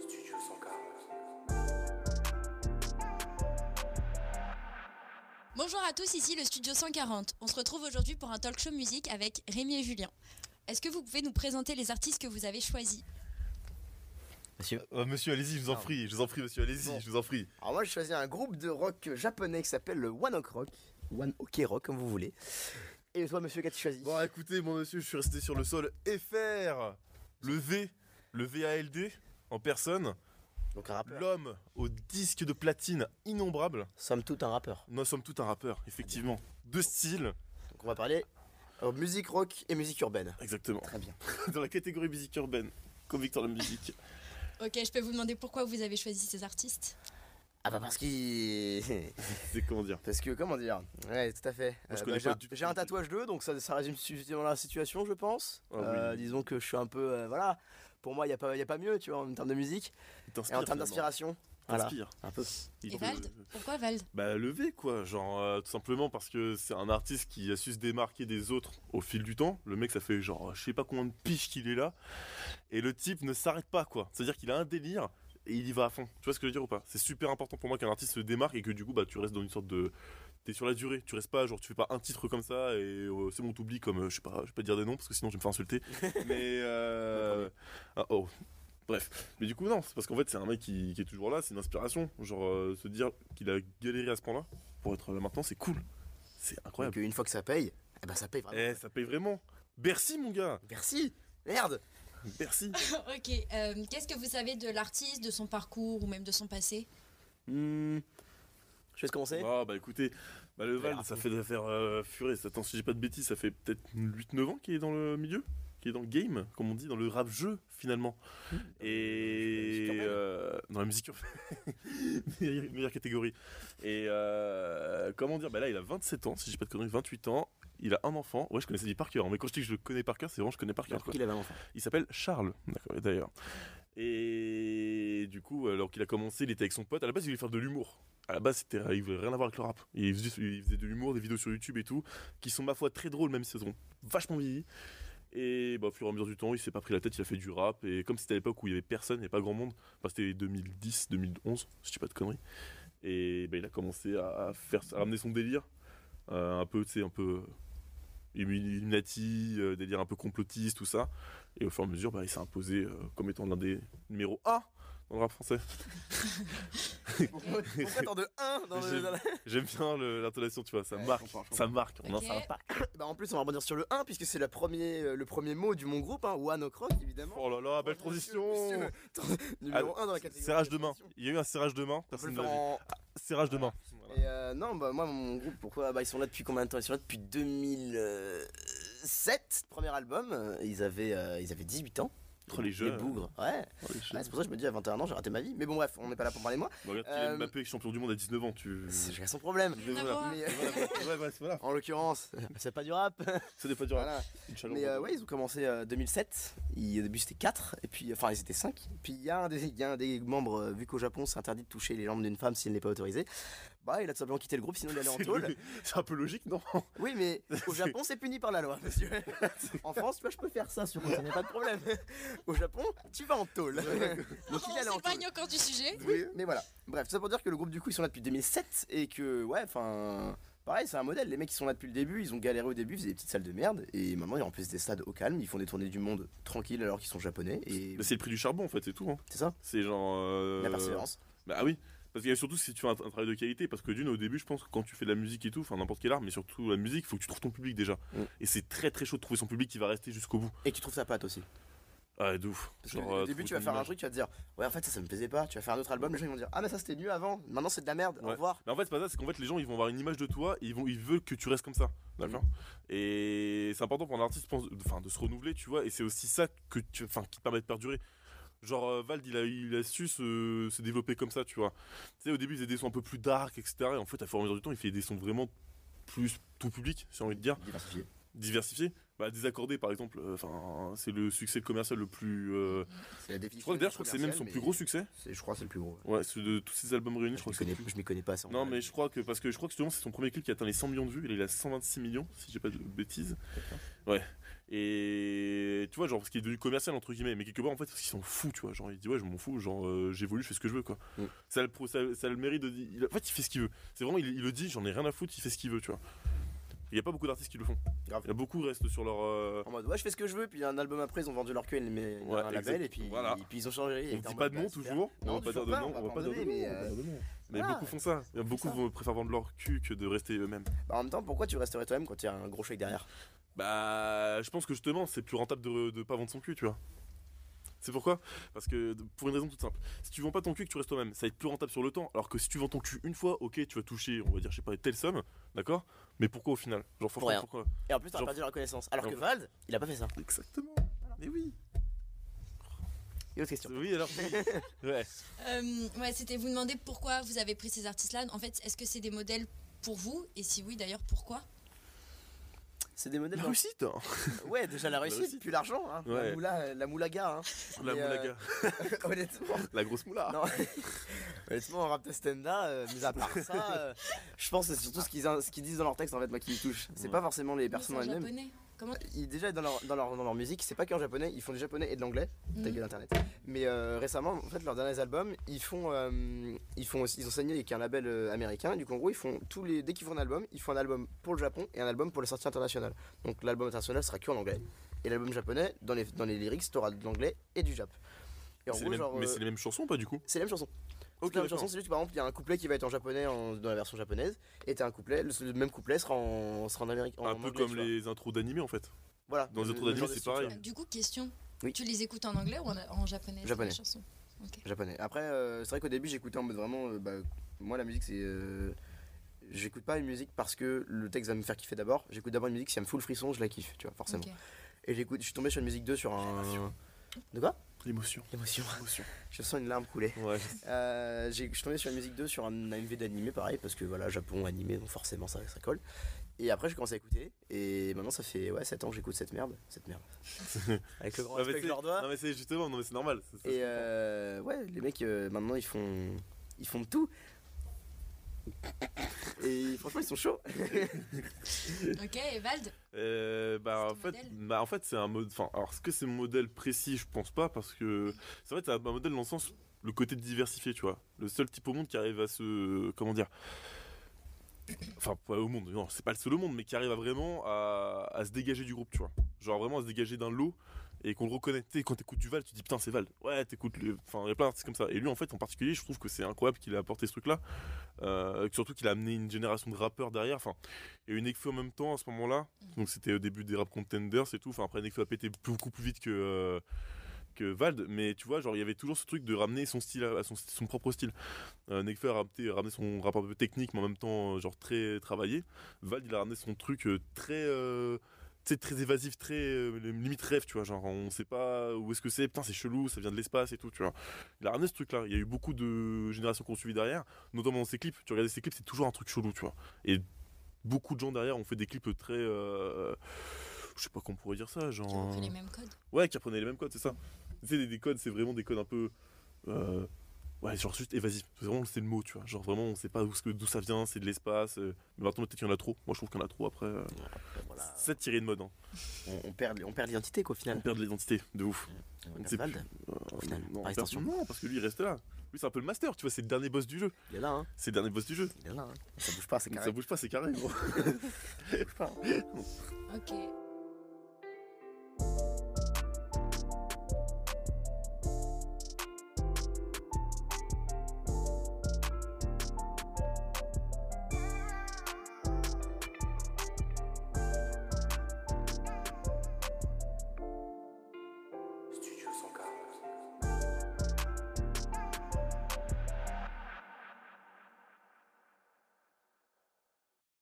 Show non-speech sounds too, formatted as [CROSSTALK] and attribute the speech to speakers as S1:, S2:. S1: Studio 140.
S2: Bonjour à tous, ici le Studio 140. On se retrouve aujourd'hui pour un talk show musique avec Rémi et Julien. Est-ce que vous pouvez nous présenter les artistes que vous avez choisis
S3: Monsieur,
S4: Euh, monsieur, allez-y, je vous en
S3: Non.
S4: prie, je vous en prie, monsieur, allez-y,
S3: Bon.
S4: je vous en prie.
S3: alors moi j'ai choisi un groupe de rock japonais qui s'appelle le One Ok Rock, One Ok Rock comme vous voulez. Et toi monsieur, qu'as-tu choisi
S4: Bon, écoutez, mon monsieur, je suis resté sur le sol FR, le V, le VALD en personne,
S3: Donc un rappeur.
S4: l'homme au disque de platine innombrable.
S3: Somme toute un rappeur.
S4: Nous sommes tout un rappeur, effectivement. Deux styles,
S3: Donc on va parler alors, musique rock et musique urbaine.
S4: exactement.
S3: Très bien.
S4: [LAUGHS] Dans la catégorie musique urbaine, comme Victor de la musique.
S2: Ok, je peux vous demander pourquoi vous avez choisi ces artistes
S3: Ah bah parce qu'il...
S4: C'est comment dire
S3: [LAUGHS] parce que comment dire Ouais tout à fait.
S4: je
S3: bah,
S4: connais
S3: j'ai
S4: pas
S3: un-
S4: du tout.
S3: j'ai un tatouage bleu donc ça, ça résume suffisamment la situation je pense.
S4: Ah oui.
S3: Euh, disons que je suis un peu... euh, voilà. Pour moi il n'y a, pas- y a pas mieux tu vois en termes de musique
S4: Il
S3: et
S4: t'inspire,
S3: en termes
S4: finalement.
S3: d'inspiration. Voilà.
S4: T'inspire.
S3: Un peu.
S4: Il
S2: Et
S4: peut-
S2: Vald Pourquoi Vald [LAUGHS]
S4: Bah le V quoi, genre euh, tout simplement parce que c'est un artiste qui a su se démarquer des autres au fil du temps. Le mec ça fait genre euh, je sais pas combien de piges qu'il est là. Et le type ne s'arrête pas quoi. C'est-à-dire qu'il a un délire et il y va à fond. Tu vois ce que je veux dire ou pas C'est super important pour moi qu'un artiste se démarque et que du coup bah tu restes dans une sorte de... T'es sur la durée, tu restes pas genre tu fais pas un titre comme ça et euh, c'est bon t'oublies comme euh, je sais pas, je vais pas dire des noms parce que sinon je vais me faire insulter. Mais euh... ah, oh. Bref, mais du coup non, c'est parce qu'en fait c'est un mec qui, qui est toujours là, c'est une inspiration, genre euh, se dire qu'il a galéré à ce point-là pour être là maintenant, c'est cool. C'est
S3: Donc euh,
S4: incroyable.
S3: une fois que ça paye, eh ben ça paye vraiment.
S4: Eh, ça paye vraiment. Bercy, mon gars.
S3: Merci Merde
S4: Bercy.
S3: [LAUGHS]
S2: Ok, euh, qu'est-ce que vous savez de l'artiste, de son parcours ou même de son passé
S3: Hmm. Je vais commencer
S4: Ah, bah écoutez, bah, le Val,
S3: Bercy.
S4: ça fait de faire euh, furer. Ça, attends, si j'ai pas de bêtises, ça fait peut-être 8-9 ans qu'il est dans le milieu, qu'il est dans le game, comme on dit, dans le rap-jeu, finalement.
S3: Mmh. musique
S4: Et.
S3: urbaine.
S4: euh, Dans la musique urbaine. [LAUGHS] meilleure, meilleure catégorie. Et euh, comment dire Bah là, il a 27 ans, si j'ai pas de conneries, 28 ans. Il a un enfant. Ouais, je connaissais du par cœur. hein. Mais quand je dis que je le connais par cœur, c'est vraiment je connais par
S3: J'ai
S4: cœur.
S3: appris
S4: quoi.
S3: qu'il avait un
S4: [LAUGHS]
S3: enfant.
S4: Il s'appelle Charles, d'accord, d'ailleurs. Et du coup, alors qu'il a commencé, il était avec son pote. À la base, il voulait faire de l'humour. À la base, c'était, euh, il voulait rien avoir avec le rap. Il faisait, il faisait de l'humour, des vidéos sur YouTube et tout, qui sont ma foi très drôles, même si elles ont vachement vieilli. Et bah, au fur et à mesure du temps, il s'est pas pris la tête, il a fait du rap. Et comme c'était à l'époque où il y avait personne, il n'y avait pas grand monde, enfin, c'était 2010, 2011, si je dis pas de conneries. Et bah, il a commencé à, à faire, à ramener son délire, euh, un peu, tu sais, un peu euh, Illuminati, euh, délire un peu complotiste, tout ça. Et au fur et à mesure, bah, il s'est imposé euh, comme étant l'un des numéros A dans le rap
S3: [LAUGHS]
S4: français.
S3: Pourquoi t'en de 1 dans le...
S4: J'ai-
S3: dans la-
S4: J'aime bien le- l'intonation, tu vois, ça
S3: Ouais, je
S4: marque,
S3: comprends, je comprends.
S4: ça marque, on en
S2: Ok.
S4: s'arrête pas.
S3: Bah en plus on va rebondir sur le 1 puisque c'est la premier, euh, le premier mot du mon groupe, hein, One O'Crock évidemment.
S4: Oh là là, belle
S3: Monsieur,
S4: transition Ah,
S3: monsieur, tr- [LAUGHS] Numéro 1 dans la catégorie.
S4: Serrage de main,
S3: transition.
S4: il y a eu un serrage de main,
S3: On peut
S4: personne
S3: le
S4: ne
S3: faire
S4: l'a vu. Ah,
S3: en-
S4: Serrage de main.
S3: Et euh, non, bah moi mon groupe, pourquoi bah, Ils sont là depuis combien de temps Ils sont là depuis 2007, premier album. euh, Ils avaient, euh, ils avaient 18 ans.
S4: Oh, les jeunes.
S3: bougres, ouais.
S4: Oh, les
S3: Ouais,
S4: choses.
S3: c'est pour ça que je me dis à 21 ans j'ai raté ma vie. Mais bon, bref, on n'est pas là pour parler de moi.
S4: Bah, regarde,
S3: Euh,
S4: Kylian Mbappé est champion du monde à 19 ans, tu.
S3: C'est j'ai son problème.
S4: Mais voilà.
S2: Rien
S3: Mais, [LAUGHS] euh,
S4: Ouais, ouais, voilà.
S3: en [LAUGHS] l'occurrence, Bah, c'est pas du rap.
S4: Ça n'est pas dur.
S3: voilà.
S4: Inch'Allah,
S3: Mais
S4: on va-
S3: euh, ouais, ils ont commencé euh, 2007. Ils- au début, c'était 4. Et puis, enfin, ils étaient 5. Puis, il y, a un des- il y a un des membres, euh, vu qu'au Japon, c'est interdit de toucher les jambes d'une femme si elle n'est pas autorisée. Bah, il a tout simplement quitté le groupe, sinon il allait en
S4: [LAUGHS] C'est
S3: tôle.
S4: logique. C'est un peu logique, non
S3: Oui, mais
S4: [LAUGHS]
S3: au Japon, c'est puni par la loi, monsieur. en France, tu vois, je peux faire ça, sur moi, ça n'est pas de problème. au Japon, tu vas en tôle.
S2: On
S3: Donc, il allait en tôle.
S2: s'éloigne encore du
S3: [LAUGHS]
S2: sujet.
S3: Oui, mais voilà. Bref, tout ça pour dire que le groupe du coup ils sont là depuis 2007 et que ouais, enfin pareil, c'est un modèle. Les mecs qui sont là depuis le début, ils ont galéré au début, ils faisaient des petites salles de merde et maintenant ils remplissent des stades au calme, ils font des tournées du monde tranquille alors qu'ils sont japonais et
S4: Bah, C'est le prix du charbon, en fait, c'est tout. hein.
S3: c'est ça,
S4: C'est genre. euh,
S3: la persévérance.
S4: Bah ah oui, parce que surtout si tu fais un, un travail de qualité, parce que d'une au début je pense que quand tu fais de la musique et tout, enfin n'importe quel art, mais surtout la musique, faut que tu trouves ton public déjà.
S3: Mm.
S4: Et c'est très très chaud de trouver son public qui va rester jusqu'au bout.
S3: Et que tu trouves sa patte aussi.
S4: Ah de ouf.
S3: Parce
S4: Genre,
S3: que
S4: euh,
S3: au début,
S4: trouver
S3: tu vas
S4: ton
S3: faire un
S4: image.
S3: truc, tu vas te dire Ouais, en fait, ça, ça me plaisait pas. Tu vas faire un autre album, les gens ils vont dire Ah, mais ça c'était mieux avant, maintenant c'est de la merde, au
S4: Ouais.
S3: revoir.
S4: Mais en fait c'est pas ça, c'est qu'en fait les gens ils vont avoir une image de toi et ils vont ils veulent que tu restes comme ça. D'accord. Et c'est important pour un artiste je pense, de, enfin, de se renouveler, tu vois, et c'est aussi ça que tu, enfin, qui te permet de perdurer. Genre euh, Vald il a, il a su se, se développer comme ça, tu vois. Tu sais au début il faisait des sons un peu plus dark, etc. Et en fait à fur et à mesure du temps il fait des sons vraiment plus tout public, j'ai envie de dire.
S3: Diversifié.
S4: diversifié Bah, désaccordé, par exemple, euh, enfin, c'est le succès commercial le plus. euh,
S3: C'est la
S4: Je
S3: définition.
S4: crois que d'ailleurs, je crois que c'est même son plus gros succès.
S3: Je crois que c'est le plus gros. ouais.
S4: Ouais, ceux de tous ces albums réunis, je
S3: Je
S4: crois
S3: m'y
S4: que c'est.
S3: connais, je m'y connais pas ça. en
S4: Non,
S3: vrai.
S4: mais je crois que. Parce que je crois que justement, c'est son premier clip qui a atteint les 100 millions de vues. Il est à 126 millions, si j'ai pas de bêtises. Ouais. Et tu vois, genre, parce qu'il est devenu commercial, entre guillemets. Mais quelque part, en fait, parce qu'il s'en fout, tu vois. Genre, il dit, ouais, je m'en fous, genre, euh, j'évolue, je fais ce que je veux, quoi.
S3: Mm.
S4: Ça, a le pro- ça, ça a le mérite de dire. il- En fait, il fait ce qu'il veut. C'est vraiment, il, il le dit, j'en ai rien à foutre, il fait ce qu'il veut, tu vois. Il n'y a pas beaucoup d'artistes qui le font.
S3: Grave.
S4: Il y en a beaucoup qui restent sur leur. euh,
S3: En mode, ouais, je fais ce que je veux, puis un album après, ils ont vendu leur queue, ils mais
S4: Ouais,
S3: un label,
S4: exact.
S3: et puis,
S4: Voilà.
S3: et puis ils ont changé.
S4: On
S3: Et t'es en
S4: dit pas
S3: mode,
S4: de nom
S3: bah, super.
S4: toujours,
S3: Non,
S4: on va pas
S3: toujours
S4: dire de
S3: pas,
S4: nom,
S3: on va
S4: on va
S3: pas
S4: pas
S3: en
S4: dire de
S3: donner, mais,
S4: nom, on va
S3: euh,
S4: pas dire de nom. Mais
S3: voilà.
S4: beaucoup font ça, Il y a beaucoup
S3: ça.
S4: vont- préfèrent vendre leur cul que de rester eux-mêmes.
S3: Bah, en même temps, pourquoi tu resterais toi-même quand il y a un gros chèque derrière
S4: Bah, je pense que justement, c'est plus rentable de, de pas vendre son cul, tu vois. C'est pourquoi Parce que de- pour une raison toute simple. Si tu vends pas ton cul, que tu restes toi-même, ça va être plus rentable sur le temps. Alors que si tu vends ton cul une fois, ok, tu vas toucher, on va dire, je sais pas, telle somme, d'accord Mais pourquoi au final Genre, franchement,
S3: rien.
S4: pourquoi
S3: Et en plus, t'as
S4: Genre-
S3: perdu la reconnaissance. Alors que
S4: Genre-
S3: Vald, il a pas fait ça.
S4: Exactement. Mais oui.
S3: Et autre question.
S4: Oui,
S3: [LAUGHS]
S4: alors. oui. ouais.
S2: Euh, ouais, c'était vous demander pourquoi vous avez pris ces artistes-là. En fait, est-ce que c'est des modèles pour vous Et si oui, d'ailleurs, pourquoi
S3: C'est des modèles.
S4: [LAUGHS] La
S3: dans-
S4: réussite hein.
S3: Ouais, déjà la réussite,
S4: réussite.
S3: puis l'argent, hein.
S4: Ouais.
S3: La, moula, la
S4: [LAUGHS]
S3: moulaga, hein.
S4: La
S3: Mais, euh,
S4: moulaga.
S3: Honnêtement.
S4: La grosse moula.
S3: Non. [LAUGHS] Honnêtement, en rap Testenda, euh, mis à part ça, euh, je pense que c'est surtout ce qu'ils, ce qu'ils disent dans leur texte en fait, moi qui me touche. C'est
S4: Ouais.
S3: pas forcément les personnes
S2: Message
S3: elles-mêmes.
S2: japonais. Comment
S3: Ils, déjà dans leur, dans, leur, dans leur musique, c'est pas qu'en japonais, ils font du japonais et de l'anglais, ta
S2: Mhm.
S3: gueule internet. Mais euh, récemment, en fait, leurs derniers albums, ils font, euh, ils font aussi, ils ont signé avec un label euh, américain. Du coup, en gros, ils font tous les, dès qu'ils font un album, ils font un album pour le Japon et un album pour les sorties internationales. Donc l'album international sera que en anglais. Et l'album japonais, dans les, dans les lyrics, t'auras de l'anglais et du jap. Et en
S4: C'est les
S3: gros,
S4: mêmes-
S3: genre,
S4: mais
S3: euh,
S4: c'est les mêmes chansons, pas du coup
S3: c'est la même chanson.
S4: Ok,
S3: C'est la même
S4: d'accord.
S3: chanson, c'est juste que, par exemple, il y a un couplet qui va être en japonais en- dans la version japonaise, et t'as un couplet, le, le même couplet sera en, sera en Amérique. en
S4: Un peu
S3: anglais,
S4: comme
S3: tu vois.
S4: les intros d'animés en fait.
S3: Voilà.
S4: dans les
S3: le-
S4: autres
S3: le
S4: animés,
S3: genre de
S4: c'est
S3: structure.
S4: pareil.
S2: Euh, Du coup, question.
S3: Oui.
S2: Tu les écoutes en anglais ou en, en japonais
S3: Japonais.
S2: les chansons
S3: Japonais. Après, euh, c'est vrai qu'au début, j'écoutais en mode vraiment. euh, bah, moi, la musique, c'est. euh, J'écoute pas une musique parce que le texte va me faire kiffer d'abord. J'écoute d'abord une musique, si elle me fout le frisson, je la kiffe, tu vois, forcément.
S2: Ok.
S3: Et j'écoute, je suis tombé sur une musique 2 sur un. De quoi
S4: L'émotion.
S3: L'émotion.
S4: L'émotion.
S3: Je sens une larme couler.
S4: Ouais.
S3: Euh, j'ai- je suis tombé sur la musique 2 sur un AMV d'animé pareil parce que voilà Japon animé donc forcément ça, ça colle et après j'ai commencé à écouter et maintenant ça fait ouais 7 ans que j'écoute cette merde cette
S4: [LAUGHS]
S3: merde avec le grand
S4: Non, mais
S3: respect que
S4: c'est-
S3: je leur dois
S4: non, mais c'est justement, non, mais c'est normal. ça- ça-
S3: et euh, ouais les mecs euh, maintenant ils font ils font de tout et franchement ils sont chauds
S2: Ok, et Vald
S4: Euh, bah, en
S2: C'est ton
S4: fait,
S2: modèle
S4: bah en fait c'est un mode. Enfin, alors est-ce que c'est mon modèle précis Je pense pas parce que c'est vrai c'est un modèle dans le sens le côté diversifié, tu vois. Le seul type au monde qui arrive à se comment dire. Enfin, pas au monde, non, c'est pas le seul au monde, mais qui arrive à vraiment à, à se dégager du groupe, tu vois. Genre vraiment à se dégager d'un lot et qu'on le reconnaît. Tu sais, quand t'écoutes du Val, tu dis putain, c'est Val. Ouais, t'écoutes. le- Enfin, il y a plein d'artistes comme ça. Et lui, en fait, en particulier, je trouve que c'est incroyable qu'il ait apporté ce truc-là. Euh, surtout qu'il a amené une génération de rappeurs derrière. Enfin, il y a eu Nekfeu en même temps à ce moment-là. Donc c'était au début des rap contenders et tout. Enfin après Nekfeu a pété beaucoup plus vite que euh, que Vald, mais tu vois genre il y avait toujours ce truc de ramener son style à à son, son propre style. Euh, Nekfeu a ramené, ramené son rap un peu technique mais en même temps euh, genre très travaillé. Vald il a ramené son truc euh, très euh, tu sais, très évasif, très euh, limite rêve, tu vois. Genre, on sait pas où est-ce que c'est, putain, c'est chelou, ça vient de l'espace et tout, tu vois. Il a ramené ce truc-là. Il y a eu beaucoup de générations qui ont suivi derrière, notamment dans ses clips. Tu regardais ses clips, c'est toujours un truc chelou, tu vois. Et beaucoup de gens derrière ont fait des clips très. euh, je sais pas qu'on pourrait dire ça, genre.
S2: qui ont pris les mêmes codes.
S4: Ouais, qui reprenaient les mêmes codes, c'est ça. Tu sais, des, des codes, c'est vraiment des codes un peu. euh, ouais, genre juste évasif. C'est vraiment c'est le mot, tu vois. Genre vraiment, on sait pas d'où ce que- d'où ça vient, c'est de l'espace. euh, mais maintenant, peut-être qu'il y en a trop. Moi, je trouve qu'il y en a trop après. euh,
S3: Voilà.
S4: C'est tiré de mode, hein.
S3: on, on perd on perd l'identité quoi au
S4: On
S3: final
S4: perd de l'identité, de ouf.
S3: On
S4: ne
S3: perd
S4: sait
S3: Vald.
S4: Euh,
S3: final,
S4: non,
S3: par extension.
S4: non, parce que lui, il reste là. Lui, c'est un peu le master, tu vois, c'est le dernier boss du jeu.
S3: il est là hein
S4: C'est le dernier boss du jeu.
S3: il est là hein. ça bouge pas c'est
S4: Donc, ça
S3: [LAUGHS]
S4: [LAUGHS]
S3: carré
S4: bouge pas, c'est carré, gros.
S3: ça bouge pas hein.
S2: Ok.